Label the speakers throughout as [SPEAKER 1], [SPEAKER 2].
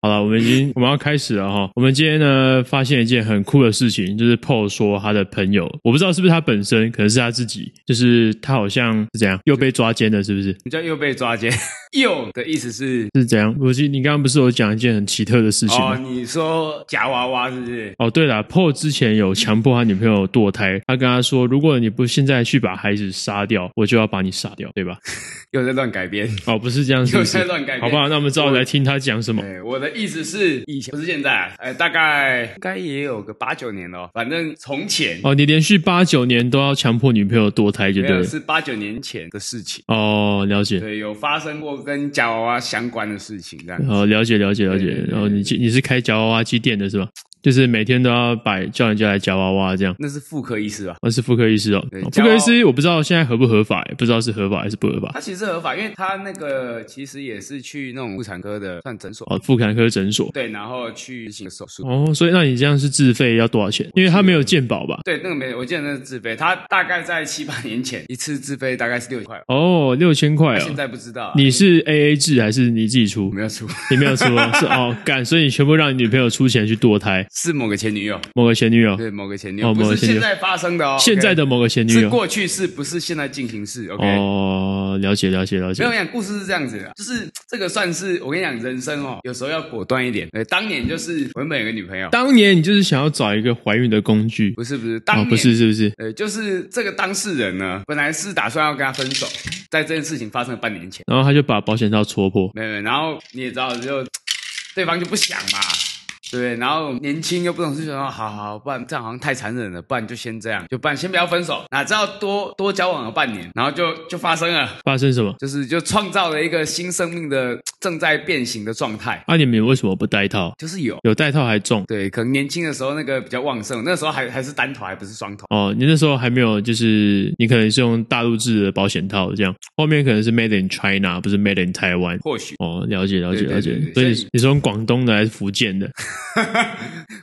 [SPEAKER 1] 好了，我们已 经我们要开始了哈。我们今天呢，发现一件很酷的事情，就是 Paul 说他的朋友，我不知道是不是他本身，可能是他自己，就是他好像是怎样又被抓奸了，是不是？
[SPEAKER 2] 你叫又被抓奸？又的意思是
[SPEAKER 1] 是怎样？我记你刚刚不是有讲一件很奇特的事情
[SPEAKER 2] 哦，
[SPEAKER 1] 吗？
[SPEAKER 2] 你说夹娃娃是不是？
[SPEAKER 1] 哦，对了，Paul 之前有强迫他女朋友堕胎，他跟他说，如果你不现在去把孩子杀掉，我就要把你杀掉，对吧？
[SPEAKER 2] 又在乱改编。
[SPEAKER 1] 哦，不是这样，是不是
[SPEAKER 2] 又在乱改编
[SPEAKER 1] 好不好？那我们照来听他讲什么。
[SPEAKER 2] 哎，我的意思是，以前不是现在啊，哎，大概应该也有个八九年了哦，反正从前
[SPEAKER 1] 哦，你连续八九年都要强迫女朋友堕胎，就
[SPEAKER 2] 没
[SPEAKER 1] 对
[SPEAKER 2] 有
[SPEAKER 1] 了。
[SPEAKER 2] 是八九年前的事情。
[SPEAKER 1] 哦，了解，
[SPEAKER 2] 对，有发生过跟夹娃娃相关的事情，这样。
[SPEAKER 1] 哦，了解，了解，了
[SPEAKER 2] 对
[SPEAKER 1] 解
[SPEAKER 2] 对。对
[SPEAKER 1] 然后你
[SPEAKER 2] 对
[SPEAKER 1] 你是开夹娃娃机店的是吧？就是每天都要摆叫人家来夹娃娃这样。
[SPEAKER 2] 那是妇科医师吧？
[SPEAKER 1] 那是妇科医师哦，
[SPEAKER 2] 对
[SPEAKER 1] 哦妇
[SPEAKER 2] 夹娃
[SPEAKER 1] 科
[SPEAKER 2] 娃
[SPEAKER 1] 医师我不知道现在合不合法，不知道是合法还是不合法
[SPEAKER 2] 他。其实合法，因为他那个其实也是去那种妇产科的算诊所，
[SPEAKER 1] 哦，妇产科诊所。
[SPEAKER 2] 对，然后去进行手术。
[SPEAKER 1] 哦，所以那你这样是自费要多少钱？因为他没有健保吧？
[SPEAKER 2] 对，那个没，我记得那是自费，他大概在七八年前一次自费大概是六块吧，
[SPEAKER 1] 哦，六千块
[SPEAKER 2] 现
[SPEAKER 1] 哦。
[SPEAKER 2] 在不知道啊、
[SPEAKER 1] 你是 A A 制还是你自己出
[SPEAKER 2] 我？没有出，
[SPEAKER 1] 你没有出哦，是哦，干，所以你全部让你女朋友出钱去堕胎
[SPEAKER 2] 是某个前女友，
[SPEAKER 1] 某个前女友，
[SPEAKER 2] 对，某个前女
[SPEAKER 1] 哦
[SPEAKER 2] 友，
[SPEAKER 1] 某
[SPEAKER 2] 不
[SPEAKER 1] 个
[SPEAKER 2] 是
[SPEAKER 1] 前女友
[SPEAKER 2] 现在发生的哦，
[SPEAKER 1] 现在
[SPEAKER 2] OK
[SPEAKER 1] 的某个前女
[SPEAKER 2] 是
[SPEAKER 1] 友。
[SPEAKER 2] 过去式，不是现在进行式，OK。
[SPEAKER 1] 哦，了解，了解，了解
[SPEAKER 2] 没有，。我跟你讲，故事是这样子的，就是这个算是我跟你讲，人生哦，有时候要果断一点。呃，当年就是我原本有个女朋友，
[SPEAKER 1] 当年你就是想要找一个怀孕的工具，
[SPEAKER 2] 不是不是，
[SPEAKER 1] 哦，
[SPEAKER 2] 当年、
[SPEAKER 1] 不是，是不是？
[SPEAKER 2] 呃，就是这个当事人呢，本来是打算要跟他分手，在这件事情发生了半年前，
[SPEAKER 1] 然后他就把保险套戳破，
[SPEAKER 2] 没有，没有然后你也知道，就对方就不想嘛，对不对，然后年轻又不懂事，就说好好，不然这样好像太残忍了，不然就先这样，就不然先不要分手，哪知道多多交往了半年，然后就就发生了，
[SPEAKER 1] 发生什么？
[SPEAKER 2] 就是就创造了一个新生命的正在变形的状态，
[SPEAKER 1] 啊，你们为什么不戴套？
[SPEAKER 2] 就是有。
[SPEAKER 1] 有戴套还中
[SPEAKER 2] 对，可能年轻的时候那个比较旺盛，那时候还还是单头，还不是双头。
[SPEAKER 1] 哦。你那时候还没有，就是你可能是用大陆制的保险套这样，后面可能是 Made in China，不是 Made in 台湾。
[SPEAKER 2] 或许
[SPEAKER 1] 哦，了解，了解，
[SPEAKER 2] 对对
[SPEAKER 1] 了解
[SPEAKER 2] 对
[SPEAKER 1] 所
[SPEAKER 2] 对。
[SPEAKER 1] 以
[SPEAKER 2] 所
[SPEAKER 1] 你
[SPEAKER 2] 以
[SPEAKER 1] 你是用广东的还是福建的？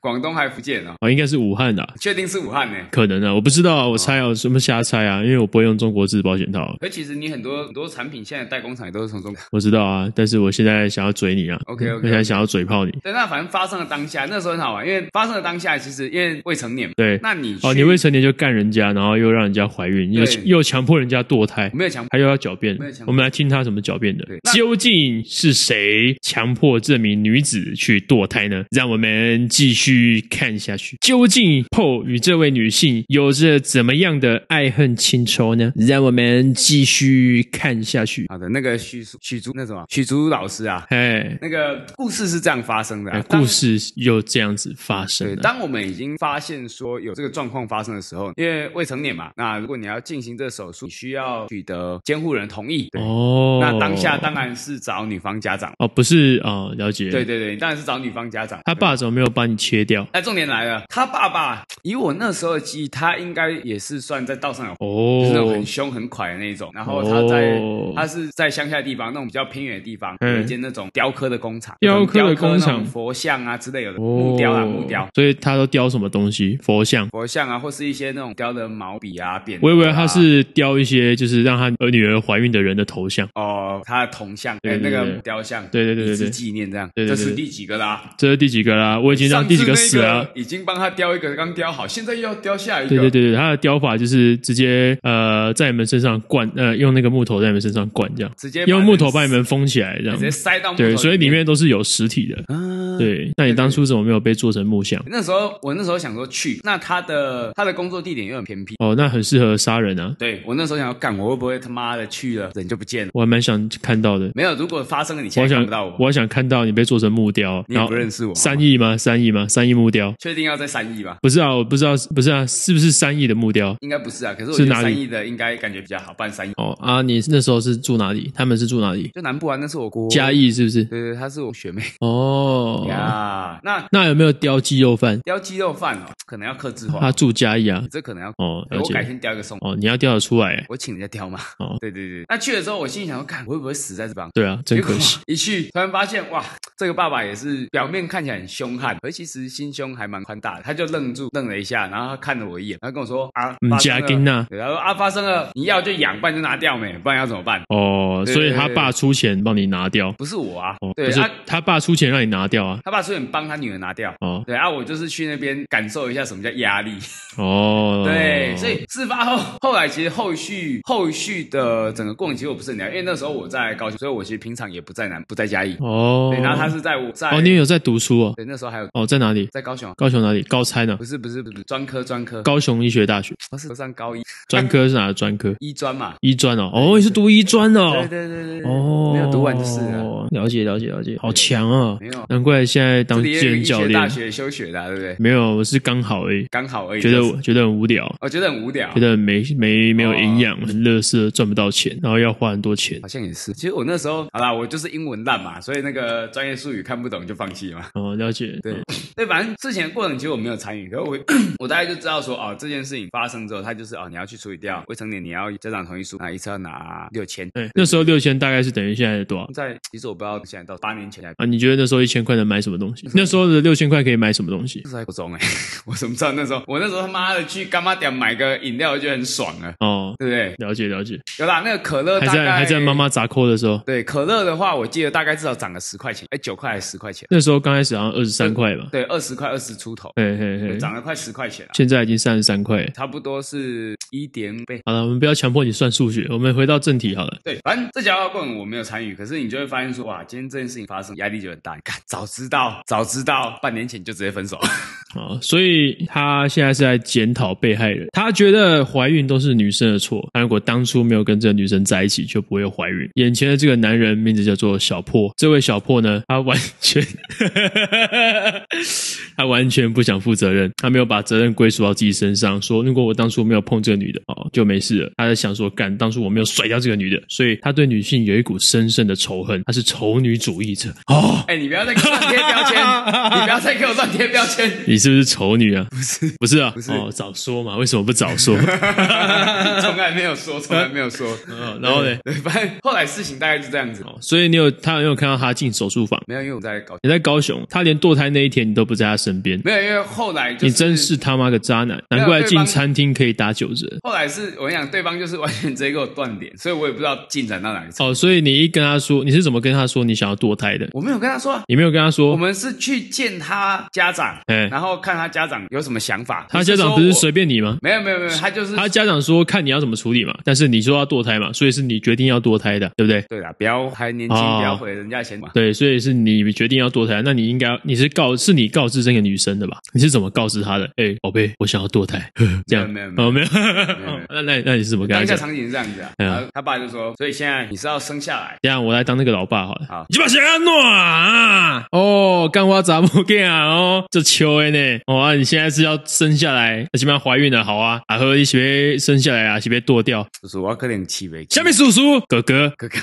[SPEAKER 2] 广东还福建哦，
[SPEAKER 1] 哦，应该是武汉的啊、
[SPEAKER 2] 确定是武汉呢、
[SPEAKER 1] 可能啊，我不知
[SPEAKER 2] 哦
[SPEAKER 1] 道啊，我猜啊，我什么瞎猜啊？因为我不会用中国制保险套，啊
[SPEAKER 2] 可其实你很多很多产品现在代工厂也都是从中国。
[SPEAKER 1] 我知道啊，但是我现在想要嘴你啊
[SPEAKER 2] OK，OK，OK
[SPEAKER 1] 我现在想要嘴炮你，
[SPEAKER 2] 对，那反正发生的当下，那时候很好玩，因为发生的当下，其实因为未成年嘛，
[SPEAKER 1] 对，
[SPEAKER 2] 那你去
[SPEAKER 1] 哦，你未成年就干人家，然后又让人家怀孕，又
[SPEAKER 2] 对
[SPEAKER 1] 又强迫人家堕胎
[SPEAKER 2] 我，没有强
[SPEAKER 1] 还有要狡辩
[SPEAKER 2] 没有强。迫
[SPEAKER 1] 我们来听他怎么狡辩的
[SPEAKER 2] 对。那
[SPEAKER 1] 究竟是谁强迫这名女子去堕胎呢？让我们继续看下去。究竟 PO 与这位女性有着怎么样的爱恨情仇呢？让我们继续看下去。
[SPEAKER 2] 好的啊那个许竹许竹那什么许竹老师啊，
[SPEAKER 1] 哎，
[SPEAKER 2] 那个故事是这样发生的啊、
[SPEAKER 1] 哎
[SPEAKER 2] 当
[SPEAKER 1] 故。事又这样子发
[SPEAKER 2] 对，
[SPEAKER 1] 生了。
[SPEAKER 2] 当我们已经发现说有这个状况发生的时候，因为未成年嘛，那如果你要进行这个手术，你需要取得监护人同意。对，
[SPEAKER 1] 哦，
[SPEAKER 2] 那当下当然是找女方家长。
[SPEAKER 1] 哦，不是哦，了解。
[SPEAKER 2] 对，对对，当然是找女方家长。
[SPEAKER 1] 他
[SPEAKER 2] 哎
[SPEAKER 1] 爸怎么没有把你切掉？
[SPEAKER 2] 那重点来了，他爸爸以我那时候的记忆，他应该也是算在道上有
[SPEAKER 1] 哦，
[SPEAKER 2] 就是那种很凶很快的那一种。然后他在、
[SPEAKER 1] 哦
[SPEAKER 2] 他是在乡下地方，那种比较偏远的地方，
[SPEAKER 1] 嗯
[SPEAKER 2] 有一间那种雕刻的工厂，
[SPEAKER 1] 雕刻的
[SPEAKER 2] 那种
[SPEAKER 1] 工厂
[SPEAKER 2] 那种佛像啊之类的，
[SPEAKER 1] 哦
[SPEAKER 2] 木雕啊木雕。，
[SPEAKER 1] 所以他都雕什么东西？佛像。
[SPEAKER 2] 佛像啊，或是一些那种雕的毛笔啊、扁、啊。
[SPEAKER 1] 我以为他是雕一些就是让他儿女儿怀孕的人的头像，
[SPEAKER 2] 哦，他的铜像，
[SPEAKER 1] 对
[SPEAKER 2] 哎，
[SPEAKER 1] 对
[SPEAKER 2] 那
[SPEAKER 1] 对
[SPEAKER 2] 个雕像，
[SPEAKER 1] 对对对对
[SPEAKER 2] 以
[SPEAKER 1] 对
[SPEAKER 2] 示纪念这样。
[SPEAKER 1] 对对对
[SPEAKER 2] 这是第几个啦？
[SPEAKER 1] 这是第几个啦？我已经让第几
[SPEAKER 2] 上次
[SPEAKER 1] 死
[SPEAKER 2] 那
[SPEAKER 1] 了
[SPEAKER 2] 个。已经帮他雕一个，刚雕好，现在又要雕下一个。
[SPEAKER 1] 对对对对，他的雕法就是直接呃在你们身上灌，呃用那个木头在你们身上灌，这样
[SPEAKER 2] 直接把
[SPEAKER 1] 用木头
[SPEAKER 2] 人
[SPEAKER 1] 把你们封起来，这样
[SPEAKER 2] 直接塞到木头
[SPEAKER 1] 对，所以里
[SPEAKER 2] 里
[SPEAKER 1] 面都是有实体的。
[SPEAKER 2] 啊。
[SPEAKER 1] 对，那你当初怎么没有被做成木像？
[SPEAKER 2] 那时候我那时候想说去，那他的他的工作地点又很偏僻，
[SPEAKER 1] 哦，那很适合杀人啊，
[SPEAKER 2] 对我那时候想要干，我会不会他妈的去了人就不见了？
[SPEAKER 1] 我还蛮想看到的。
[SPEAKER 2] 没有，如果发生了，你现
[SPEAKER 1] 我
[SPEAKER 2] 在看
[SPEAKER 1] 想
[SPEAKER 2] 不到我，，
[SPEAKER 1] 我想看到你被做成木雕，
[SPEAKER 2] 你也
[SPEAKER 1] 然后
[SPEAKER 2] 不认识我，啊
[SPEAKER 1] 三亿吗？三亿吗？三亿木雕？
[SPEAKER 2] 确定要在三亿吧？
[SPEAKER 1] 不是啊，我不知道，不是啊，是不是三亿的木雕？
[SPEAKER 2] 应该不是啊，可是我
[SPEAKER 1] 是
[SPEAKER 2] 觉得
[SPEAKER 1] 哪里
[SPEAKER 2] 三亿的应该感觉比较好，办三亿
[SPEAKER 1] 哦啊，你那时候是住哪里？他们是住哪里？
[SPEAKER 2] 就南部啊，那是我姑
[SPEAKER 1] 嘉，义是不是？
[SPEAKER 2] 对对，她是我学妹
[SPEAKER 1] 哦，
[SPEAKER 2] 呀。那
[SPEAKER 1] 那有没有雕鸡肉饭？
[SPEAKER 2] 雕鸡肉饭哦，可能要克制化
[SPEAKER 1] 他，住嘉义啊？
[SPEAKER 2] 这可能要，
[SPEAKER 1] 哦，了
[SPEAKER 2] 哎我改
[SPEAKER 1] 解。
[SPEAKER 2] 天雕一个送，
[SPEAKER 1] 哦，你要雕得出来欸？
[SPEAKER 2] 我请人家雕嘛
[SPEAKER 1] 哦。
[SPEAKER 2] 对对对，那去的时候我心里想说，看我会不会死在这帮。
[SPEAKER 1] 对啊，真
[SPEAKER 2] 结果
[SPEAKER 1] 可 惜。
[SPEAKER 2] 一去，突然发现哇，这个爸爸也是表面看起来很凶悍，而其实心胸还蛮宽大的。他就愣住，愣了一下，然后他看了我一眼，他跟我说啊，
[SPEAKER 1] 嗯
[SPEAKER 2] 发生
[SPEAKER 1] 假金
[SPEAKER 2] 了
[SPEAKER 1] 呐
[SPEAKER 2] 对，他说啊，发生了，你要就养，不然就拿掉没，不然要怎么办？
[SPEAKER 1] 哦，哦，
[SPEAKER 2] 对
[SPEAKER 1] 所以他爸出钱帮你拿掉，
[SPEAKER 2] 不是我啊，
[SPEAKER 1] 哦，
[SPEAKER 2] 对
[SPEAKER 1] 不是
[SPEAKER 2] 啊，
[SPEAKER 1] 他爸出钱让你拿掉啊，
[SPEAKER 2] 他爸出点帮他女儿拿掉。
[SPEAKER 1] 哦
[SPEAKER 2] 对啊，我就是去那边感受一下什么叫压力。
[SPEAKER 1] 哦，
[SPEAKER 2] 对，所以事发后，后来其实后续后续的整个过程，其实我不是很了解，因为那时候我在高雄，所以我其实平常也不在南，不在嘉义。
[SPEAKER 1] 哦，
[SPEAKER 2] 对，然后他是在我在
[SPEAKER 1] 哦，你也有在读书哦，
[SPEAKER 2] 对那时候还有
[SPEAKER 1] 哦，在哪里？
[SPEAKER 2] 在高雄，啊
[SPEAKER 1] 高雄哪里？高差呢
[SPEAKER 2] 不？是不是不是专科专科，哦
[SPEAKER 1] 高雄医学大学
[SPEAKER 2] 我是上高一
[SPEAKER 1] 专科是哪个专科？
[SPEAKER 2] 医专嘛。
[SPEAKER 1] 医专哦，哦，你是读医专的哦
[SPEAKER 2] 对，对对对对，
[SPEAKER 1] 哦，
[SPEAKER 2] 没有读完就是了。
[SPEAKER 1] 了，了解了解了解，好强啊
[SPEAKER 2] 没有！
[SPEAKER 1] 难怪现在当
[SPEAKER 2] 这里也有
[SPEAKER 1] 健
[SPEAKER 2] 医
[SPEAKER 1] 教
[SPEAKER 2] 学大
[SPEAKER 1] 练，
[SPEAKER 2] 学休学的啊、对不对？
[SPEAKER 1] 没有，我是刚好而已，
[SPEAKER 2] 刚好而已。
[SPEAKER 1] 觉得
[SPEAKER 2] 就是
[SPEAKER 1] 我觉得很无聊，
[SPEAKER 2] 我觉得很无聊
[SPEAKER 1] 觉，得很没没没有营养，
[SPEAKER 2] 哦
[SPEAKER 1] 很垃圾，赚不到钱，然后要花很多钱
[SPEAKER 2] 好，像也是。其实我那时候好啦，我就是英文烂嘛，所以那个专业术语看不懂就放弃嘛。
[SPEAKER 1] 哦，了解，
[SPEAKER 2] 对对，反正事情的过程其实我没有参与，可是我 我大概就知道说，哦，这件事情发生之后，他就是哦，你要去处理掉未成年，你要家长同意书，啊，一次要拿六千。
[SPEAKER 1] 对，哎那时候六千大概是等于现在的多少
[SPEAKER 2] 在其实我不知道现在到八年前还
[SPEAKER 1] 啊？你觉得那时候一千块能买什么东西？那时候的六千块可以买什么东西？
[SPEAKER 2] 那时候还国中哎、 我怎么知道那时候？我那时候他妈的去干妈店买个饮料，我觉得很爽啊，
[SPEAKER 1] 哦，
[SPEAKER 2] 对不对？
[SPEAKER 1] 了解了解，
[SPEAKER 2] 有啦，那个可乐
[SPEAKER 1] 还
[SPEAKER 2] 大
[SPEAKER 1] 在
[SPEAKER 2] 概
[SPEAKER 1] 还在妈妈砸扣的时候，
[SPEAKER 2] 对可乐的话，我记得大概至少涨了十块钱，哎，九块还是十块钱？
[SPEAKER 1] 那时候刚开始好像二十三块吧，
[SPEAKER 2] 对，二十块二十出头，
[SPEAKER 1] 嘿嘿
[SPEAKER 2] 对
[SPEAKER 1] 嘿，
[SPEAKER 2] 涨了快十块钱了，啊
[SPEAKER 1] 现在已经三十三块了。
[SPEAKER 2] 差不多是一点倍。
[SPEAKER 1] 好了，我们不要强迫你算数学，我们回到正题好了。
[SPEAKER 2] 对，反正这讲话过程我没有参与，可是你就会发现说，哇，今天这件事情发生，压力就很大。你看，早知道，早知道，半年前就直接分手。
[SPEAKER 1] 啊，所以他现在是在检讨被害人，他觉得怀孕都是女生的错，他如果当初没有跟这个女生在一起，就不会怀孕。眼前的这个男人名字叫做小破，这位小破呢，他完全，他完全不想负责任，他没有把责任归属到自己身上，说如果我当初没有碰这个女的，哦，就没事了。他在想说，干，当初我没有甩掉这个女的，所以他对女性有一股深深的仇恨，他是仇女主义者。 哦，
[SPEAKER 2] 哎、你不要再给我乱贴标签，你不要再给我乱贴标签。
[SPEAKER 1] 你是不是丑女啊？不是，不是啊，
[SPEAKER 2] 是
[SPEAKER 1] 哦，早说嘛，为什么不早说？
[SPEAKER 2] 从来没有说，从来没有说。
[SPEAKER 1] 嗯然后嘞，
[SPEAKER 2] 对，反正后来事情大概是这样子。
[SPEAKER 1] 哦所以你有他有没有看到他进手术房？
[SPEAKER 2] 没有，因为我在搞，
[SPEAKER 1] 你在高雄，他连堕胎那一天你都不在他身边，
[SPEAKER 2] 没有，因为后来就是
[SPEAKER 1] 你真是他妈个渣男，
[SPEAKER 2] 有
[SPEAKER 1] 难怪
[SPEAKER 2] 对
[SPEAKER 1] 进
[SPEAKER 2] 方
[SPEAKER 1] 餐厅可以打九折。
[SPEAKER 2] 后来是我跟你讲，对方就是完全直接给我断点，所以我也不知道进展到哪个程度。
[SPEAKER 1] 哦，所以你一跟他说，你是怎么跟他说你想要堕胎的？
[SPEAKER 2] 我没有跟他说、啊，
[SPEAKER 1] 你没有跟他
[SPEAKER 2] 我
[SPEAKER 1] 说，
[SPEAKER 2] 们是去见他家长，
[SPEAKER 1] 哎
[SPEAKER 2] 然后看他家长有什么想法。
[SPEAKER 1] 他家长不是
[SPEAKER 2] 说
[SPEAKER 1] 随便你吗
[SPEAKER 2] 我？没有没有没有，他就是
[SPEAKER 1] 他家长说看你要怎么处理嘛，但是你说要堕胎嘛，所以是你决定要堕胎的，对不对？
[SPEAKER 2] 对啦，不要还年轻，
[SPEAKER 1] 哦
[SPEAKER 2] 不要毁人家钱嘛。
[SPEAKER 1] 对，所以是你决定要堕胎，那你应该你是告是你告知这个女生的吧？你是怎么告知她的？哎、宝贝，我想要堕胎，呵呵这样
[SPEAKER 2] 没有没有
[SPEAKER 1] 哦没有，
[SPEAKER 2] 没有
[SPEAKER 1] 那那那你是怎么跟她
[SPEAKER 2] 当下
[SPEAKER 1] 讲？
[SPEAKER 2] 场景是这样子啊，
[SPEAKER 1] 嗯
[SPEAKER 2] 然后他爸就说，所以现在你是要生下来，
[SPEAKER 1] 这样我来当那个老爸好了。
[SPEAKER 2] 好
[SPEAKER 1] 你把谁安诺啊？哦，干花杂木干啊！哦，这秋哎呢？哦啊，你现在是要生下来，起码怀孕了，好啊，啊和一起被生下来啊，一起被剁掉。
[SPEAKER 2] 叔叔我要割点气味。
[SPEAKER 1] 下面叔叔哥哥，
[SPEAKER 2] 哥哥，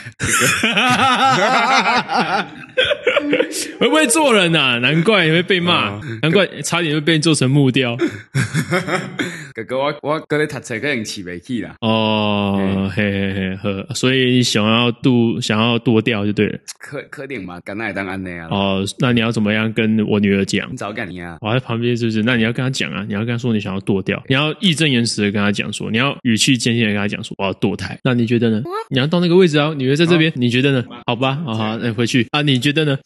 [SPEAKER 1] 会不会做人呐、啊？难怪你会被骂，难怪差点就被做成木雕。
[SPEAKER 2] 哥哥，我我搁咧读册，可能饲袂起啦，
[SPEAKER 1] 哦，嘿嘿嘿，呵，所以你想要剁，想要剁掉就对了。
[SPEAKER 2] 可可能嘛，敢那会当安尼啊。
[SPEAKER 1] 哦，那你要怎么样跟我女儿讲
[SPEAKER 2] 你？早干你啊！
[SPEAKER 1] 我在旁边是不是？那你要跟她讲啊，你要跟她说你想要剁掉，你要义正言辞的跟她讲说，你要语气坚定的跟她讲说我要堕胎。那你觉得呢？你要到那个位置啊，女儿在这边，你觉得呢？好吧，好好，那回去啊，你觉得呢？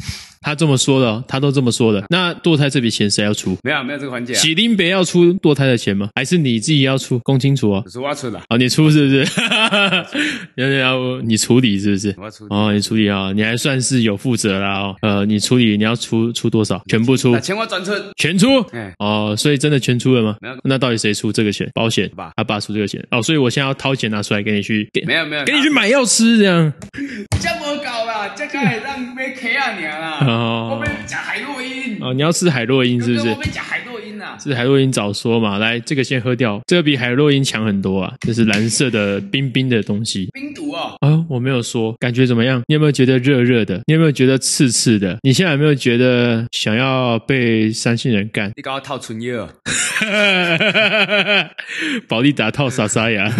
[SPEAKER 1] 她这么说了哦，她都这么说了，那堕胎这笔钱谁要出？
[SPEAKER 2] 没有没有这个环节啊，
[SPEAKER 1] 喜林别要出堕胎的钱吗？还是你自己要出？公清楚哦
[SPEAKER 2] 叔。叔我出啦，
[SPEAKER 1] 哦，你出是不是？ 要要你处理是不是？
[SPEAKER 2] 我出。
[SPEAKER 1] 哦，你处理啊、你还算是有负责啦、哦。呃，你处理你要出出多少？全部出
[SPEAKER 2] 那，钱我转出，
[SPEAKER 1] 全出。
[SPEAKER 2] 哎，
[SPEAKER 1] 哦，所以真的全出了吗
[SPEAKER 2] 没有？
[SPEAKER 1] 那到底谁出这个钱？保险
[SPEAKER 2] 爸
[SPEAKER 1] 他爸出这个钱。哦，所以我现在要掏钱拿出来给你去给
[SPEAKER 2] 没有没有，啊
[SPEAKER 1] 给你去买药吃这样。
[SPEAKER 2] 这无够啦，这个会让买客啊尔啦，我
[SPEAKER 1] 哦
[SPEAKER 2] 要食海洛因，
[SPEAKER 1] 哦，你要吃海洛因是不
[SPEAKER 2] 哥
[SPEAKER 1] 是
[SPEAKER 2] 哥我？要食海洛因啊。
[SPEAKER 1] 是海洛因早说嘛，来这个先喝掉，这个比海洛因强很多啊，这是蓝色的冰冰的东西。
[SPEAKER 2] 冰毒哦，
[SPEAKER 1] 啊、我没有说，感觉怎么样？你有没有觉得热热的？你有没有觉得刺刺的？你现在有没有觉得想要被三星人干？
[SPEAKER 2] 你搞我套春 药，
[SPEAKER 1] 保利达套莎莎呀！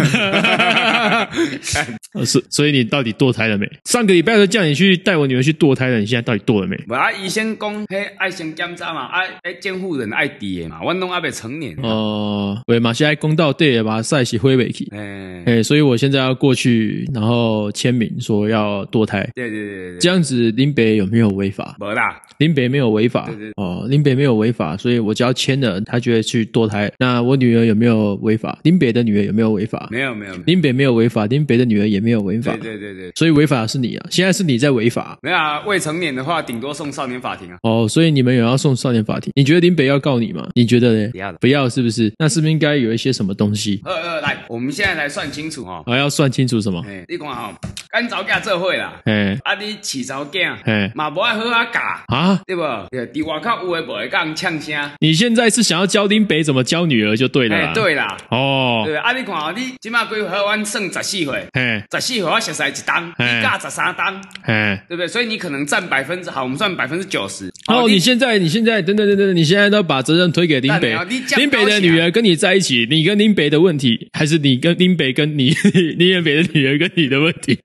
[SPEAKER 1] 呃 所所以你到底堕胎了没？上个礼拜都叫你去带我女儿去堕胎了，你现在到底堕了没？
[SPEAKER 2] 无啊，医生讲，迄爱先检查嘛，啊，迄监护人爱挃的嘛，阮拢还未成年。
[SPEAKER 1] 哦哦、喂，马西埃公道对吧？赛西灰尾去。
[SPEAKER 2] 诶、
[SPEAKER 1] 哎、所以我现在要过去，然后后签名说要堕胎，
[SPEAKER 2] 对对对对
[SPEAKER 1] 这
[SPEAKER 2] 对，
[SPEAKER 1] 样子林北有没有违法？
[SPEAKER 2] 没啦，
[SPEAKER 1] 林北没有违法
[SPEAKER 2] 对对
[SPEAKER 1] 哦，林北没有违法，所以我只要签了，他就会去堕胎。那我女儿有没有违法？林北的女儿有没有违法？
[SPEAKER 2] 没有没有，没有
[SPEAKER 1] 林北没有违法，林北的女儿也没有违法
[SPEAKER 2] 对，对对对，
[SPEAKER 1] 所以违法的是你啊！现在是你在违法
[SPEAKER 2] 没有啊，未成年的话，顶多送少年法庭啊。
[SPEAKER 1] 哦，所以你们有要送少年法庭？你觉得林北要告你吗？你觉得嘞？
[SPEAKER 2] 不要的
[SPEAKER 1] 不要是不是？那是不是应该有一些什么东西？
[SPEAKER 2] 二二呃来，我们现在来算清楚哦。
[SPEAKER 1] 啊，要算清楚什么？
[SPEAKER 2] 哎，你讲吼，干早嫁做伙啦，
[SPEAKER 1] 哎
[SPEAKER 2] 啊你饲早囝，
[SPEAKER 1] 哎
[SPEAKER 2] 嘛无爱好啊教，
[SPEAKER 1] 啊！
[SPEAKER 2] 对不？对，伫外口有诶无诶讲呛声，
[SPEAKER 1] 你现在是想要教林北怎么教女儿就对了
[SPEAKER 2] 哎
[SPEAKER 1] 啦。
[SPEAKER 2] 对啦，
[SPEAKER 1] 哦，
[SPEAKER 2] 对啊你看吼，你即马几岁？阮算十四岁，
[SPEAKER 1] 嘿
[SPEAKER 2] 十四岁我熟悉一档，
[SPEAKER 1] 嘿
[SPEAKER 2] 你教十三档，
[SPEAKER 1] 嘿。
[SPEAKER 2] 对不对？所以你可能占百分之好，我们算百分之九十。
[SPEAKER 1] 哦，你现在你现在等等等等，你现在都把责任推给林北
[SPEAKER 2] 干你啊你这，样
[SPEAKER 1] 林北的女儿跟你在一起，你跟林北的问题，还是你跟林北跟你 林北的女儿跟你的问题？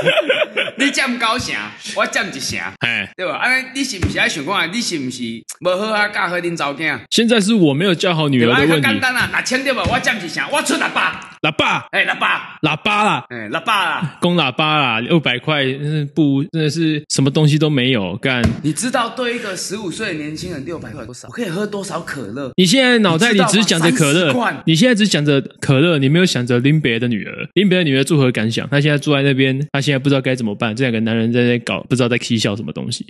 [SPEAKER 2] 你你占九成，我占一成。
[SPEAKER 1] 哎，
[SPEAKER 2] 对吧？安尼你是不是爱想看？你是不是无好好教好恁查某囝？
[SPEAKER 1] 现在是我没有教好女
[SPEAKER 2] 对
[SPEAKER 1] 儿
[SPEAKER 2] 吧？
[SPEAKER 1] 的
[SPEAKER 2] 较
[SPEAKER 1] 问题。
[SPEAKER 2] 简单啊，六千对吧？我占一成，我出六百，
[SPEAKER 1] 喇叭，
[SPEAKER 2] 哎，六百，
[SPEAKER 1] 喇叭啦，
[SPEAKER 2] 哎，六百啦。
[SPEAKER 1] 公喇叭啦，六百块，嗯不，真的是什么东西都没有干。
[SPEAKER 2] 你知道对一个十五岁的年轻人六百块多少？我可以喝多少可乐？
[SPEAKER 1] 你现在脑袋里只想着可
[SPEAKER 2] 你知道吗30
[SPEAKER 1] 乐
[SPEAKER 2] 罐，
[SPEAKER 1] 你现在只想着可乐，你没有想着林北的女儿。林北的女儿作何感想？她现在坐在那边，她现在不知道该怎么办。这两个男人在那搞，不知道在嬉笑什么 东西。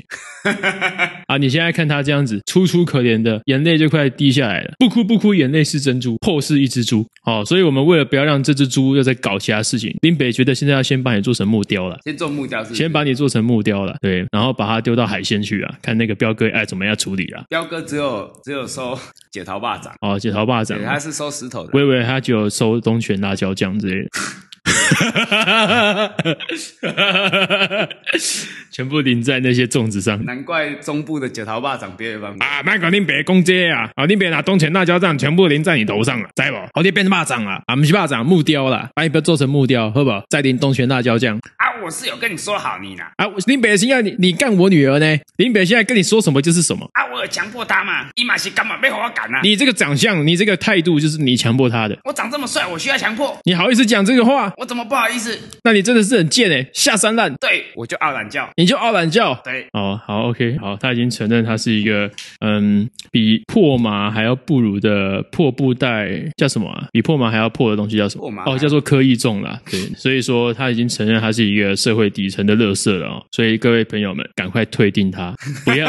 [SPEAKER 1] 啊！你现在看她这样子，楚楚可怜的，眼泪就快滴下来了。不哭不哭，眼泪是珍珠，后是一只猪。哦，所以我们为了不要让这只猪又在搞其他事情，林北觉得现在要先把你做成木雕了。
[SPEAKER 2] 先做木雕是不是？
[SPEAKER 1] 先把你做成木雕了，对，然后把它丢到海鲜去啊，看那个彪哥爱怎么样处理啊。
[SPEAKER 2] 彪哥只有只有收解桃霸掌，
[SPEAKER 1] 哦，解桃霸掌
[SPEAKER 2] 对，，他是收石头的
[SPEAKER 1] 我。以为他只有收东泉辣椒酱之类的， 全部淋在那些粽子上。
[SPEAKER 2] 难怪中部的解桃霸掌别有办法。
[SPEAKER 1] 啊，麦克林别攻击啊！啊，你别拿东泉辣椒酱全部淋在你头上了，知不？好，你变成蚂蚱了啊，不是蚂蚱，木雕了，把你不做成木雕，好不好？再淋东泉辣椒酱
[SPEAKER 2] 啊，我是有跟你说好你啦，
[SPEAKER 1] 啊！林北现在你你干我女儿呢？林北现在跟你说什么就是什么。
[SPEAKER 2] 啊，我有强迫他嘛，伊嘛是干嘛被我赶啊？
[SPEAKER 1] 你这个长相，你这个态度，就是你强迫他的。
[SPEAKER 2] 我长这么帅，我需要强迫？
[SPEAKER 1] 你好意思讲这个话？
[SPEAKER 2] 我怎么不好意思？
[SPEAKER 1] 那你真的是很贱哎、下三滥，
[SPEAKER 2] 对，我就傲懒叫。
[SPEAKER 1] 你就傲懒叫。
[SPEAKER 2] 对，
[SPEAKER 1] 哦，好，OK，好，他已经承认他是一个，嗯，比破麻还要不如的破布袋叫什么、啊？比破麻还要破的东西叫什么
[SPEAKER 2] 破麻？
[SPEAKER 1] 哦，叫做科意重啦。 对，所以说他已经承认他是一个社会底层的垃圾了哦。所以各位朋友们，赶快退订 他，不要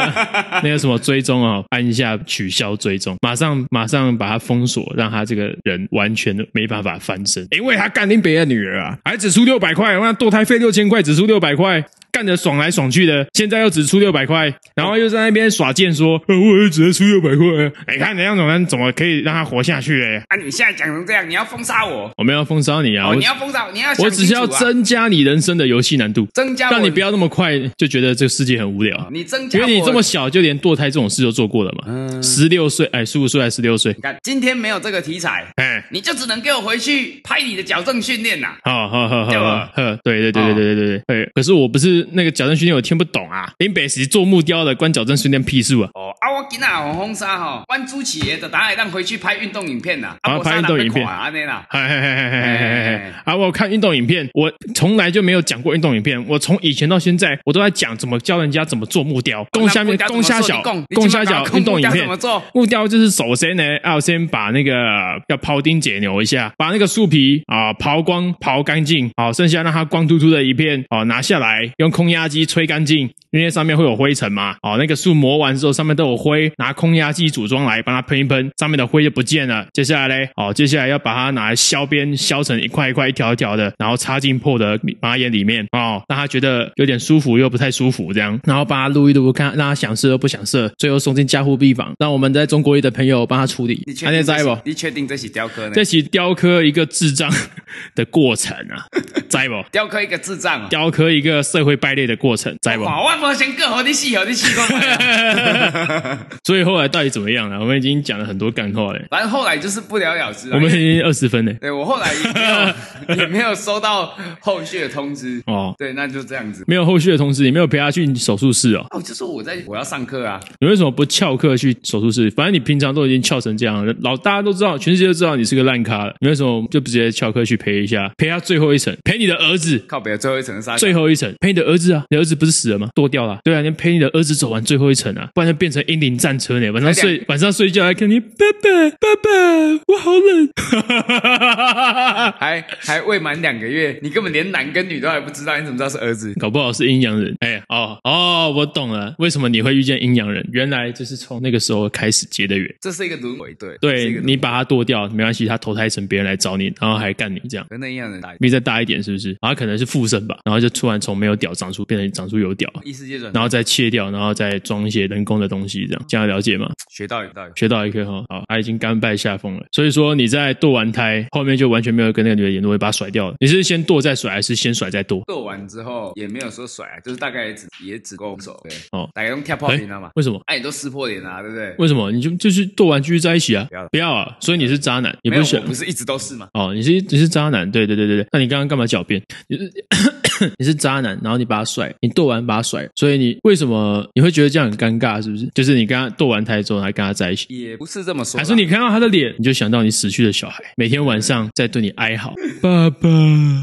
[SPEAKER 1] 那个什么追踪哦，按一下取消追踪，马上马上把他封锁，让他这个人完全没办法翻身，因为他干林北的女儿啊，还只出六百块，那堕胎费六千块，只出六百块。干得爽来爽去的，现在又只出六百块，然后又在那边耍贱说，呃我也只能出六百块啊，哎、看你样种人怎么可以让他活下去嘞？
[SPEAKER 2] 啊，你现在讲成这样，你要封杀我？
[SPEAKER 1] 我们要封杀你啊！
[SPEAKER 2] 哦，
[SPEAKER 1] 我
[SPEAKER 2] 你要封杀我，你要想
[SPEAKER 1] 我只是
[SPEAKER 2] 清
[SPEAKER 1] 要
[SPEAKER 2] 楚啊
[SPEAKER 1] 增加你人生的游戏难度，
[SPEAKER 2] 增加我，啊
[SPEAKER 1] 让你不要那么快就觉得这个世界很无聊。
[SPEAKER 2] 你增加
[SPEAKER 1] 因
[SPEAKER 2] 我，嗯
[SPEAKER 1] 为你这么小就连堕胎这种事都做过了嘛，十六岁，哎，十五岁还是十六岁
[SPEAKER 2] 你，看今天没有这个题材，
[SPEAKER 1] 哎，
[SPEAKER 2] 你就只能给我回去拍你的矫正训练呐。
[SPEAKER 1] 好好好
[SPEAKER 2] 对
[SPEAKER 1] 好
[SPEAKER 2] 吧
[SPEAKER 1] 好，对对对对
[SPEAKER 2] 哦
[SPEAKER 1] 对对对对。可是我不是那个矫正训练，我听不懂啊。林北是做木雕的，关矫正训练屁事啊！
[SPEAKER 2] 哦，啊，我今仔有封杀吼，阮主持的就当然让回去拍运动影片啦，
[SPEAKER 1] 啊
[SPEAKER 2] 啊，
[SPEAKER 1] 拍运动影片
[SPEAKER 2] 安尼啦。
[SPEAKER 1] 嘿嘿嘿嘿
[SPEAKER 2] 哎
[SPEAKER 1] 嘿嘿嘿！啊，我看运动影片，我从来就没有讲过运动影片。我从以前到现在，我都在讲怎么教人家怎么做木雕。供下面
[SPEAKER 2] 那
[SPEAKER 1] 供
[SPEAKER 2] 木雕
[SPEAKER 1] 下
[SPEAKER 2] 怎么做
[SPEAKER 1] 小
[SPEAKER 2] 你讲你
[SPEAKER 1] 供
[SPEAKER 2] 今
[SPEAKER 1] 下
[SPEAKER 2] 晚
[SPEAKER 1] 小
[SPEAKER 2] 搞
[SPEAKER 1] 运动影
[SPEAKER 2] 木雕
[SPEAKER 1] 片
[SPEAKER 2] 怎么做
[SPEAKER 1] 木雕就是首先呢，要先把那个要庖丁解牛一下，把那个树皮啊刨光、刨干净，好、剩下让它光秃秃的一片哦、拿下来，用空压机吹干净，因为上面会有灰尘嘛。哦，那个树磨完之后上面都有灰，拿空压机组装来帮它喷一喷，上面的灰就不见了。接下来嘞，哦，接下来要把它拿来削边，削成一块一块、一条一条的，然后插进破的马眼里面哦，让它觉得有点舒服又不太舒服这样，然后把它撸一撸，看让它想射又不想射，最后送进加护病房，让我们在中国一的朋友帮他处理
[SPEAKER 2] 你。确
[SPEAKER 1] 安
[SPEAKER 2] 定
[SPEAKER 1] 内
[SPEAKER 2] 这
[SPEAKER 1] 在不
[SPEAKER 2] 是？？你确定这是雕刻呢
[SPEAKER 1] 这？起雕刻一个智障的过程啊， 在不？
[SPEAKER 2] 雕刻一个智障啊！
[SPEAKER 1] 雕刻
[SPEAKER 2] 哦
[SPEAKER 1] 一个社会败类的过程，在不？
[SPEAKER 2] 哇，我无先过好你死，好你死过来啊。
[SPEAKER 1] 所以后来到底怎么样了？啊我们已经讲了很多干话了，
[SPEAKER 2] 反正后来就是不了了之了。
[SPEAKER 1] 我们
[SPEAKER 2] 因
[SPEAKER 1] 已
[SPEAKER 2] 为
[SPEAKER 1] 经二十分了。
[SPEAKER 2] 对我后来 也没有也没有收到后续的通知。
[SPEAKER 1] 哦，
[SPEAKER 2] 对，那就这样子。
[SPEAKER 1] 没有后续的通知，也没有陪他去手术室哦。
[SPEAKER 2] 哦，就是我在我要上课啊，
[SPEAKER 1] 你为什么不翘课去手术室？反正你平常都已经翘成这样了，老大家都知道，全世界都知道你是个烂咖了，你为什么就不直接翘课去陪一下，陪他最后一程，陪你的儿子？
[SPEAKER 2] 靠北的最后一层沙。
[SPEAKER 1] 最后一程，陪你的儿子啊！你儿子不是死了吗？剁掉了啊、对啊，你陪你的儿子走完最后一程啊，不然就变成英灵战车呢。晚上
[SPEAKER 2] 才
[SPEAKER 1] 睡，晚上睡觉还看你爸爸，爸爸，我好 冷。
[SPEAKER 2] 还还未满两个月，你根本连男跟女都还不知道，你怎么知道是儿子？
[SPEAKER 1] 搞不好是阴阳人。哎、哦哦，我懂了，为什么你会遇见阴阳人？原来就是从那个时候开始结的缘。
[SPEAKER 2] 这是一个轮回，对，这是一
[SPEAKER 1] 对
[SPEAKER 2] 个轮
[SPEAKER 1] 你把他剁掉没关系，他投胎成别人来找你，然后还干你这样。
[SPEAKER 2] 跟那一样的打
[SPEAKER 1] 比再大一点是不是？然啊后可能是附身吧，然后就突然从没有屌长出变成长出有屌，
[SPEAKER 2] 异世界转，
[SPEAKER 1] 然后再切掉，然后再装一些人工的东西，这样这样了解吗？
[SPEAKER 2] 学到有道理。
[SPEAKER 1] 学到一课哈，好，他已经甘拜下风了。所以说你在剁完胎后面就完全没有跟那个女的联络，也把她甩掉了。你是先剁再甩，还是先甩再剁？
[SPEAKER 2] 做完之后也没有说甩啊，就是大概也只也只够手，对，
[SPEAKER 1] 哦
[SPEAKER 2] 大概用跳炮
[SPEAKER 1] 哎
[SPEAKER 2] 你知道吗？
[SPEAKER 1] 为什么？
[SPEAKER 2] 哎，你都撕破脸啦，对不对？
[SPEAKER 1] 为什么？你就就是剁完继续在一起啊
[SPEAKER 2] 不要了？
[SPEAKER 1] 不要啊！所以你是渣男，你
[SPEAKER 2] 没
[SPEAKER 1] 不
[SPEAKER 2] 有，
[SPEAKER 1] 是
[SPEAKER 2] 我
[SPEAKER 1] 选
[SPEAKER 2] 不是一直都是吗？
[SPEAKER 1] 哦，你是你是渣男，对对对对对。那你刚刚干嘛狡辩？你是你是 渣男，然后你把他甩，你剁完把他甩，所以你为什么你会觉得这样很尴尬？是不是？就是你跟他剁完胎之后还跟他在一起，
[SPEAKER 2] 也不是这么说啦，
[SPEAKER 1] 还是你看到他的脸，你就想到你死去的小孩，每天晚上在对你哀嚎：“爸爸，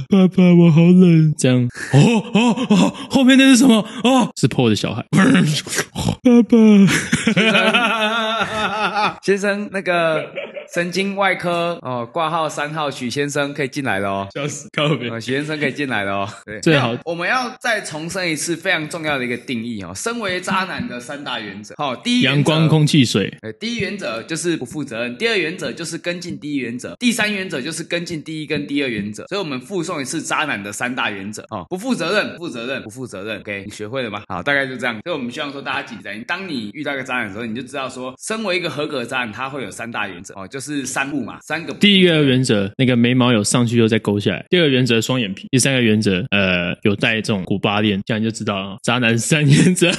[SPEAKER 1] 爸爸，我好冷。”这样，哦哦哦，后面那是什么？哦，是 p 的小孩，爸 爸。
[SPEAKER 2] 先生那个神经外科哦，挂号三号许先生可以进来了哦。
[SPEAKER 1] 笑死，告别。
[SPEAKER 2] 呃，许先生可以进来了 哦。对，
[SPEAKER 1] 最好
[SPEAKER 2] 那我们要再重申一次非常重要的一个定义哦，身为渣男的三大原则。好、第一原则
[SPEAKER 1] 阳光、空气、水，
[SPEAKER 2] 呃，第一原则就是不负责任，第二原则就是跟进第一原则，第三原则就是跟进第一跟第二原则。所以我们附送一次渣男的三大原则哦，不负责任，不负责任，不负责任。OK，你学会了吗？好，大概就这样。所以我们希望说大家记在，当你遇到一个渣男的时候，你就知道说，身为一个合格的渣男，他会有三大原则哦，就是三不嘛，三个 不。
[SPEAKER 1] 第一个原则，那个眉毛有上去又再勾下来；第二个原则，双眼皮；第三个原则，呃，有带这种古巴链，这样你就知道了。渣男三原则，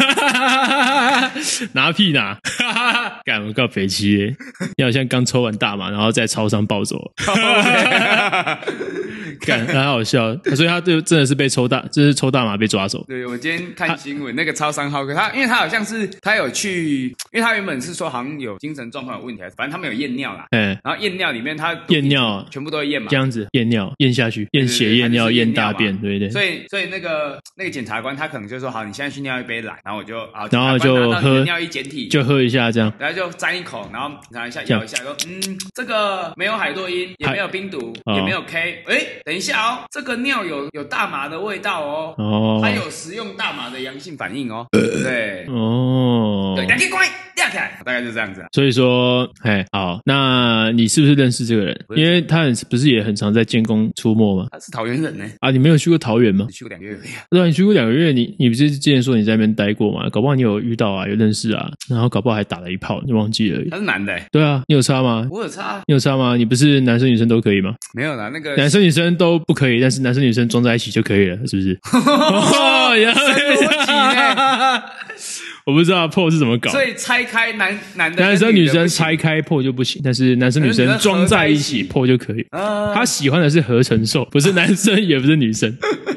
[SPEAKER 1] 拿屁拿！ 干我告北齐耶，你好像刚抽完大麻，然后在超商暴走， 干，很好笑。所以他就真的是被抽大，就是抽大麻被抓走。
[SPEAKER 2] 对，我今天
[SPEAKER 1] 啊
[SPEAKER 2] 看新闻，那个超商浩哥，他因为他好像是他有去，因为他原本是说好像有精神状况有问题，反正他们有验尿啦，
[SPEAKER 1] 哎，
[SPEAKER 2] 然后验尿里面他毒
[SPEAKER 1] 验尿啊
[SPEAKER 2] 全部都会验嘛
[SPEAKER 1] 这，样子，验尿，验下去，验
[SPEAKER 2] 对对
[SPEAKER 1] 血、
[SPEAKER 2] 对
[SPEAKER 1] 验
[SPEAKER 2] 他就是
[SPEAKER 1] 尿、
[SPEAKER 2] 验
[SPEAKER 1] 验
[SPEAKER 2] 尿
[SPEAKER 1] 大
[SPEAKER 2] 嘛
[SPEAKER 1] 便，对不对？
[SPEAKER 2] 所以所以那个那个检察官他可能就说好，你现在去尿一杯奶，然后我就啊，
[SPEAKER 1] 然后
[SPEAKER 2] 检察官
[SPEAKER 1] 就
[SPEAKER 2] 拿到你的
[SPEAKER 1] 喝
[SPEAKER 2] 尿液检体，
[SPEAKER 1] 就喝一下这样。
[SPEAKER 2] 然后就沾一口，然后拿一下
[SPEAKER 1] 这样
[SPEAKER 2] 咬一下，说嗯，这个没有海洛因，也
[SPEAKER 1] 海
[SPEAKER 2] 没有冰毒，
[SPEAKER 1] 哦
[SPEAKER 2] 也没有 K，哎，等一下哦，这个尿有有大麻的味道哦，
[SPEAKER 1] 哦呃嗯
[SPEAKER 2] 它有食用大麻的阳性反应哦，对。
[SPEAKER 1] 哦，
[SPEAKER 2] 对，两个乖，亮起来，大概就这样子啊。
[SPEAKER 1] 所以说，哎，好，那你是不是认识这个人？
[SPEAKER 2] 不是
[SPEAKER 1] 因为他很不是也很常在建工出没吗？
[SPEAKER 2] 他是桃园人呢，
[SPEAKER 1] 啊，你没有去过桃园吗
[SPEAKER 2] 只？去过两个月而已啊。
[SPEAKER 1] 对啊，你去过两个月，你你不是之前说你在那边待过吗？搞不好你有遇到啊，有认识啊，然后搞不好还打了一炮，你忘记了而已
[SPEAKER 2] 他。是男的欸，
[SPEAKER 1] 对啊，你有差吗？
[SPEAKER 2] 我有差，啊
[SPEAKER 1] 你有差吗？你不是男生女生都可以吗？
[SPEAKER 2] 没有啦，那个
[SPEAKER 1] 男生女生都不可以，但是男生女生装在一起就可以了，是不 是？哦，原来我不知道 PO 是怎么搞的。
[SPEAKER 2] 所以拆开男男的
[SPEAKER 1] 男生
[SPEAKER 2] 跟
[SPEAKER 1] 女
[SPEAKER 2] 女的
[SPEAKER 1] 生
[SPEAKER 2] 不行
[SPEAKER 1] 拆开破就不行，但是男生女
[SPEAKER 2] 可是
[SPEAKER 1] 生
[SPEAKER 2] 你们合
[SPEAKER 1] 装
[SPEAKER 2] 在
[SPEAKER 1] 在
[SPEAKER 2] 一
[SPEAKER 1] 一
[SPEAKER 2] 起
[SPEAKER 1] 起破就可以。
[SPEAKER 2] 啊
[SPEAKER 1] 他喜欢的是合成兽，不是男生也不是女 生，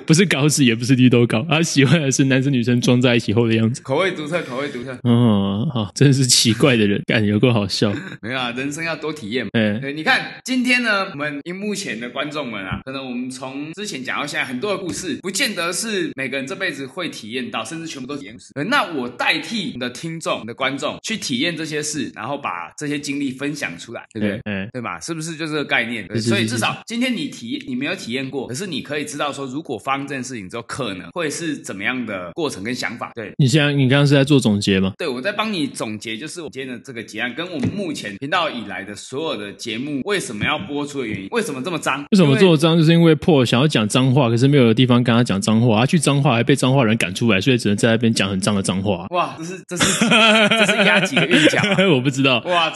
[SPEAKER 1] 不是搞死也不是绿豆糕，他喜欢的是男生女生装在一起后的样 子。
[SPEAKER 2] 口味独特，口味独特。
[SPEAKER 1] 哦，好、真是奇怪的人，感觉有够好笑。
[SPEAKER 2] 没有啊，人生要多体验嘛。
[SPEAKER 1] 哎，
[SPEAKER 2] 对，你看今天呢，我们荧幕前的观众们啊，可能我们从之前讲到现在很多的故事，不见得是每个人这辈子会体验到，甚至全部都体验过。对那我代替你的听众、你的观众去体验这些事，然后把这些经历分享出来，对不对？
[SPEAKER 1] 哎，
[SPEAKER 2] 对吧？是不是就这个概念？对
[SPEAKER 1] 是是
[SPEAKER 2] 所以
[SPEAKER 1] 是
[SPEAKER 2] 至少今天你体你没有体验过，可是你可以知道说，如果发生这件事情之后，可能会是怎么样的过程跟想法。对，
[SPEAKER 1] 你现在你刚刚是在做总结吗？
[SPEAKER 2] 对，我在帮你总结，就是我今天的这个结案，跟我们目前频道以来的所有的节目为什么要播出的原因，为什么这么脏？
[SPEAKER 1] 为什么
[SPEAKER 2] 因
[SPEAKER 1] 做脏？就是因为破想要讲脏话，可是没有地方跟他讲脏话，他去脏话还被脏话人赶出来，所以只能在那边讲很脏的脏 话。
[SPEAKER 2] 哇，这是这是这是压几个韵脚、啊？
[SPEAKER 1] 我不知道，
[SPEAKER 2] 我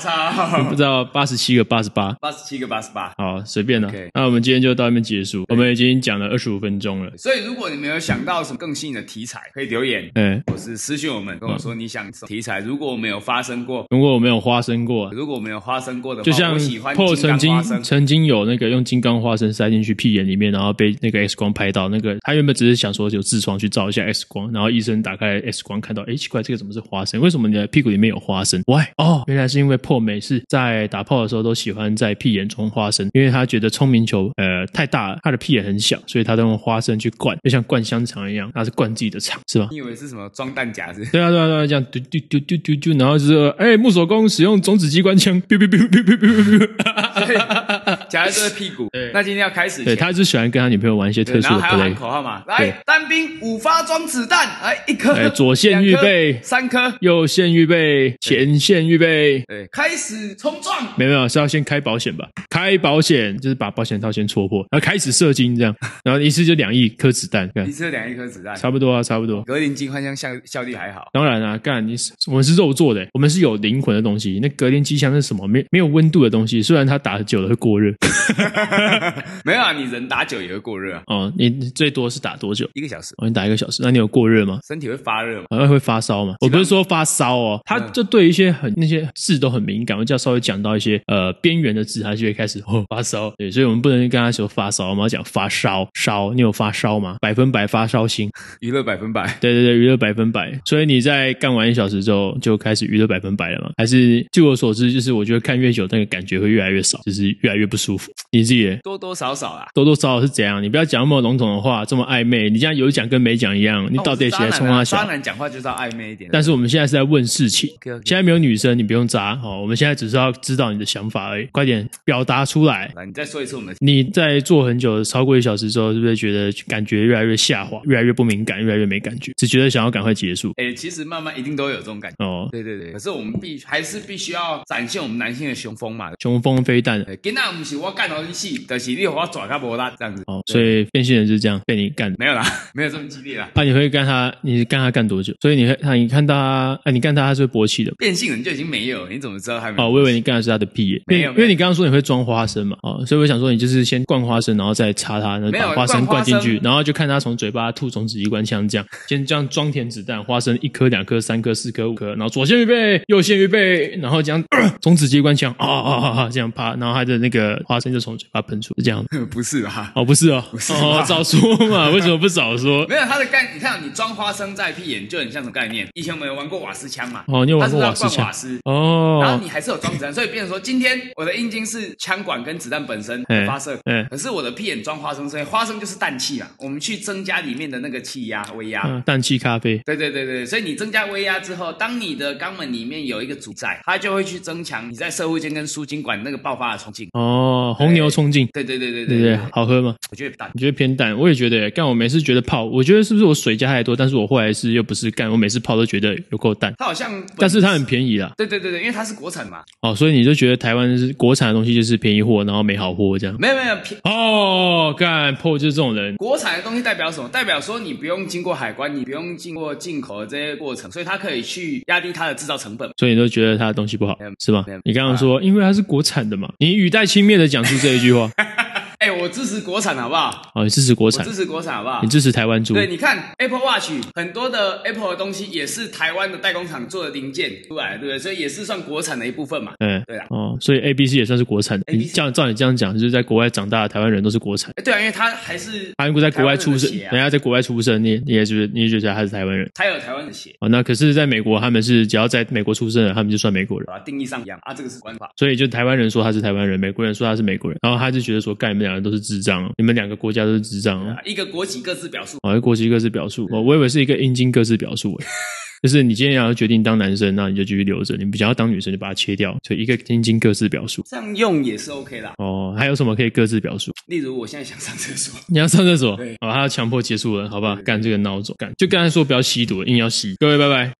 [SPEAKER 1] 不
[SPEAKER 2] 操，
[SPEAKER 1] 知道八十七个八十八。
[SPEAKER 2] 八十七个八十八，
[SPEAKER 1] 好，随便了
[SPEAKER 2] OK。
[SPEAKER 1] 那我们今天就到这边结束，我们已经讲了二十五分钟了。了。
[SPEAKER 2] 所以如果你们有想到什么更新的题材，可以留言
[SPEAKER 1] 嗯，
[SPEAKER 2] 或是私信我们，跟我说你想什么题材。如果我们有发生过，
[SPEAKER 1] 如果我没有花生过，
[SPEAKER 2] 如果我们有发生过的话，
[SPEAKER 1] 就像
[SPEAKER 2] 我喜欢
[SPEAKER 1] PO 曾
[SPEAKER 2] 金
[SPEAKER 1] 经
[SPEAKER 2] 刚花生，
[SPEAKER 1] 曾经有那个用金刚花生塞进去屁眼里面，然后被那个 X 光拍到。那个他原本只是想说有痔疮去照一下 X 光，然后医生打开 X 光看到，哎，奇怪，这个怎么是花生？为什么你的屁股里面有花生？Why？哦，原来是因为破美是在打炮的时候都喜欢在屁眼装花生，因为他觉得聪明球呃太大了，他的屁眼很小，所以他都用花生去灌，就像灌香肠一样，他是灌自己的肠，是吧？
[SPEAKER 2] 你以为是什么装弹夹 子？
[SPEAKER 1] 对啊，对啊，对啊，这样嘟嘟嘟嘟嘟嘟，然后就是说哎，木手工使用中指机关枪，biu biu biu biu biu biu biu。
[SPEAKER 2] 夹在这个屁股
[SPEAKER 1] 对。
[SPEAKER 2] 那今天要开始
[SPEAKER 1] 对
[SPEAKER 2] 前，
[SPEAKER 1] 他就喜欢跟他女朋友玩一些特
[SPEAKER 2] 对然
[SPEAKER 1] 殊
[SPEAKER 2] 后
[SPEAKER 1] 的
[SPEAKER 2] 还要喊
[SPEAKER 1] play。
[SPEAKER 2] 口号嘛，
[SPEAKER 1] 对
[SPEAKER 2] 来，单兵五发装子弹，来一颗
[SPEAKER 1] 哎，左线预备
[SPEAKER 2] 两颗三颗，
[SPEAKER 1] 右线预备，前线预备，
[SPEAKER 2] 对，开始冲撞。
[SPEAKER 1] 没有没有，是要先开保险吧？开保险就是把保险套先戳破，然后开始射精这样，然后一次就两亿颗子弹，干
[SPEAKER 2] 一次两一颗子弹，
[SPEAKER 1] 差不多啊，差不多。
[SPEAKER 2] 格林金幻象效效力还好，
[SPEAKER 1] 当然啊，干你是我们是肉做的，我们是有灵魂的东西。那隔天机枪是什么？没没有温度的东西，虽然它打久了会过热。
[SPEAKER 2] 没有啊，你人打久也会过热啊，
[SPEAKER 1] 哦，你你最多是打多久？
[SPEAKER 2] 一个小时
[SPEAKER 1] 哦，你打一个小时，那你有过热吗？
[SPEAKER 2] 身体会发热嘛。
[SPEAKER 1] 好像会发烧嘛？我不是说发烧哦，他
[SPEAKER 2] 嗯
[SPEAKER 1] 就对一些很那些字都很敏感，我就要稍微讲到一些呃边缘的字，他就会开始哦发烧。对，所以我们不能跟他说发烧，我们要讲发烧烧。你有发烧吗？百分百发烧星。
[SPEAKER 2] 娱乐百分百，
[SPEAKER 1] 对对对，娱乐百分百。所以你在干完一小时之后就开始娱乐百分百了吗？还是据我所知，就是我觉得看越久那个感觉会越来越少，就是越来越不舒服。你自己嘞
[SPEAKER 2] 多多少少啦。
[SPEAKER 1] 多多少少是怎样？你不要讲那么笼统的话，这么暧昧。你这样有讲跟没讲一样，你
[SPEAKER 2] 哦
[SPEAKER 1] 到底
[SPEAKER 2] 渣
[SPEAKER 1] 谁来
[SPEAKER 2] 男
[SPEAKER 1] 冲
[SPEAKER 2] 啊
[SPEAKER 1] 他小
[SPEAKER 2] 渣？男讲话就是要暧昧一点，
[SPEAKER 1] 但是我们现在是在问事情
[SPEAKER 2] OK，OK
[SPEAKER 1] 现在没有女生，你不用渣哦。我们现在只是要知道你的想法而已，快点表达出来。
[SPEAKER 2] 来，你再说一次我们的
[SPEAKER 1] 你在做很久，超过一小时之后，是不是觉得感觉越来越下滑，越来越不敏感，越来越没感觉，只觉得想要赶快结束？
[SPEAKER 2] 哎、其实慢慢一定都有这种感觉。
[SPEAKER 1] 哦，
[SPEAKER 2] 对对对，可是我们必还是必须要展现我们男性的雄风嘛。
[SPEAKER 1] 雄风飞弹
[SPEAKER 2] 对，今仔不是我干到你死，但、就是你给我抓到无力这样子。
[SPEAKER 1] 哦，所以变性人是这样被你干的。
[SPEAKER 2] 没有啦，没有这么激烈啦。
[SPEAKER 1] 啊，你会干他？你干他干多久？所以你会，他你看他，啊，你干他，他是会勃起的。
[SPEAKER 2] 变性人就已经没有，你怎么知道他没有？
[SPEAKER 1] 哦，我以为你干的是他的屁耶，
[SPEAKER 2] 没有
[SPEAKER 1] 因为你刚刚说你会装花生嘛，哦，所以我想说你就是先灌花生，然后再插它，然后
[SPEAKER 2] 没有
[SPEAKER 1] 把花生
[SPEAKER 2] 灌
[SPEAKER 1] 灌
[SPEAKER 2] 花
[SPEAKER 1] 进去
[SPEAKER 2] 生，
[SPEAKER 1] 然后就看它从嘴巴吐种子机关枪这样，先这样装填子弹，花生一颗、两颗、三颗、四颗、五颗，然后左线预备，右线预备，然后这样、 呃种子机关枪啊啊啊啊这样啪，然后它的那个花生就从嘴巴喷出，是 这样。
[SPEAKER 2] 不是啦，
[SPEAKER 1] 哦，不是哦，
[SPEAKER 2] 是
[SPEAKER 1] 哦
[SPEAKER 2] 吧，
[SPEAKER 1] 早说 嘛，为什么不早说？
[SPEAKER 2] 没有他的概，你看你装花生在屁眼就很像什么概念？以前我们有玩过瓦斯枪嘛？
[SPEAKER 1] 哦你有玩过
[SPEAKER 2] 他
[SPEAKER 1] 瓦
[SPEAKER 2] 是
[SPEAKER 1] 斯
[SPEAKER 2] 不
[SPEAKER 1] 枪
[SPEAKER 2] 是要灌瓦斯。然后
[SPEAKER 1] 哦，
[SPEAKER 2] 你还是有装子弹，所以变成说，今天我的阴茎是枪管跟子弹本身
[SPEAKER 1] 嗯
[SPEAKER 2] 发射，
[SPEAKER 1] 嗯
[SPEAKER 2] 可是我的屁眼装花生，所以花生就是氮气啊。我们去增加里面的那个气压、微压，
[SPEAKER 1] 嗯，氮气咖啡，
[SPEAKER 2] 对对对对，所以你增加微压之后，当你的肛门里面有一个阻塞，它就会去增强你在射会间跟输精管那个爆发的冲劲。
[SPEAKER 1] 哦，红牛冲劲，
[SPEAKER 2] 对对对对
[SPEAKER 1] 对
[SPEAKER 2] 对
[SPEAKER 1] 不
[SPEAKER 2] 对，
[SPEAKER 1] 对？好喝吗？
[SPEAKER 2] 我觉得不大
[SPEAKER 1] 你觉得偏淡，我也觉得、欸。干我每次觉得泡，我觉得是不是我水加太多？但是我后来是又不是干，我每次泡都觉得有够淡。
[SPEAKER 2] 它好像，
[SPEAKER 1] 但是它很便宜啦，
[SPEAKER 2] 对对对对，因为它是国产嘛，
[SPEAKER 1] 哦，所以你就觉得台湾是国产的东西就是便宜货，然后没好货这样。
[SPEAKER 2] 没有没有偏。
[SPEAKER 1] 哦，干破就是这种人，
[SPEAKER 2] 国产的东西代表什么？代表说你不用经过海关，你不用经过进口的这些过程，所以它可以去压低它的制造成本。
[SPEAKER 1] 所以你都觉得他的东西不好
[SPEAKER 2] 没有，
[SPEAKER 1] 是吗
[SPEAKER 2] 没有？啊
[SPEAKER 1] 你刚刚说，因为它是国产的嘛，你语带轻蔑的讲出这一句 话，
[SPEAKER 2] 哎，我支持国产好不好？
[SPEAKER 1] 哦，你支持国
[SPEAKER 2] 我
[SPEAKER 1] 产
[SPEAKER 2] 支，持国产好不好
[SPEAKER 1] 你？支持台湾族，
[SPEAKER 2] 对，你看 Apple Watch 很多的 Apple 的东西也是台湾的代工厂做的零件出来，对不对？所以也是算国产的一部分嘛。
[SPEAKER 1] 嗯，
[SPEAKER 2] 对啊啦
[SPEAKER 1] 哦，所以 A B C 也算是国产的。你
[SPEAKER 2] ABC
[SPEAKER 1] 这样照你这样讲，就是在国外长大的台湾人都是国产。
[SPEAKER 2] 哎，对啊，因为他还是
[SPEAKER 1] 韩国在国外出生，
[SPEAKER 2] 台湾人的血啊
[SPEAKER 1] 人家在国外出生，你你也觉得你也觉得他是台湾人。
[SPEAKER 2] 他有台湾的血，
[SPEAKER 1] 哦，那可是，在美国，他们是只要在美国出生的，他们就算美国人。
[SPEAKER 2] 把它定义上一样啊，这个是官法。
[SPEAKER 1] 所以，就台湾人说他是台湾人，美国人说他是美国人，然后他就觉得说，干你们两个都是智障哦，你们两个国家都是智障哦。
[SPEAKER 2] 啊一个国籍各自表述，
[SPEAKER 1] 哦，一个国籍各自表述，哦我我以为是一个阴茎各自表述 诶，就是你今天要决定当男生，那你就继续留着；你想要当女生，就把它切掉。所以，一个阴茎各自表述。
[SPEAKER 2] 这样用也是 OK 啦。
[SPEAKER 1] 哦，还有什么可以各自表述？
[SPEAKER 2] 例如我现在想上厕所，
[SPEAKER 1] 你要上厕所，哦
[SPEAKER 2] 对
[SPEAKER 1] 好，他要强迫结束了，好不好？干这个孬种，干就刚才说不要吸毒，硬要吸。各位，拜拜。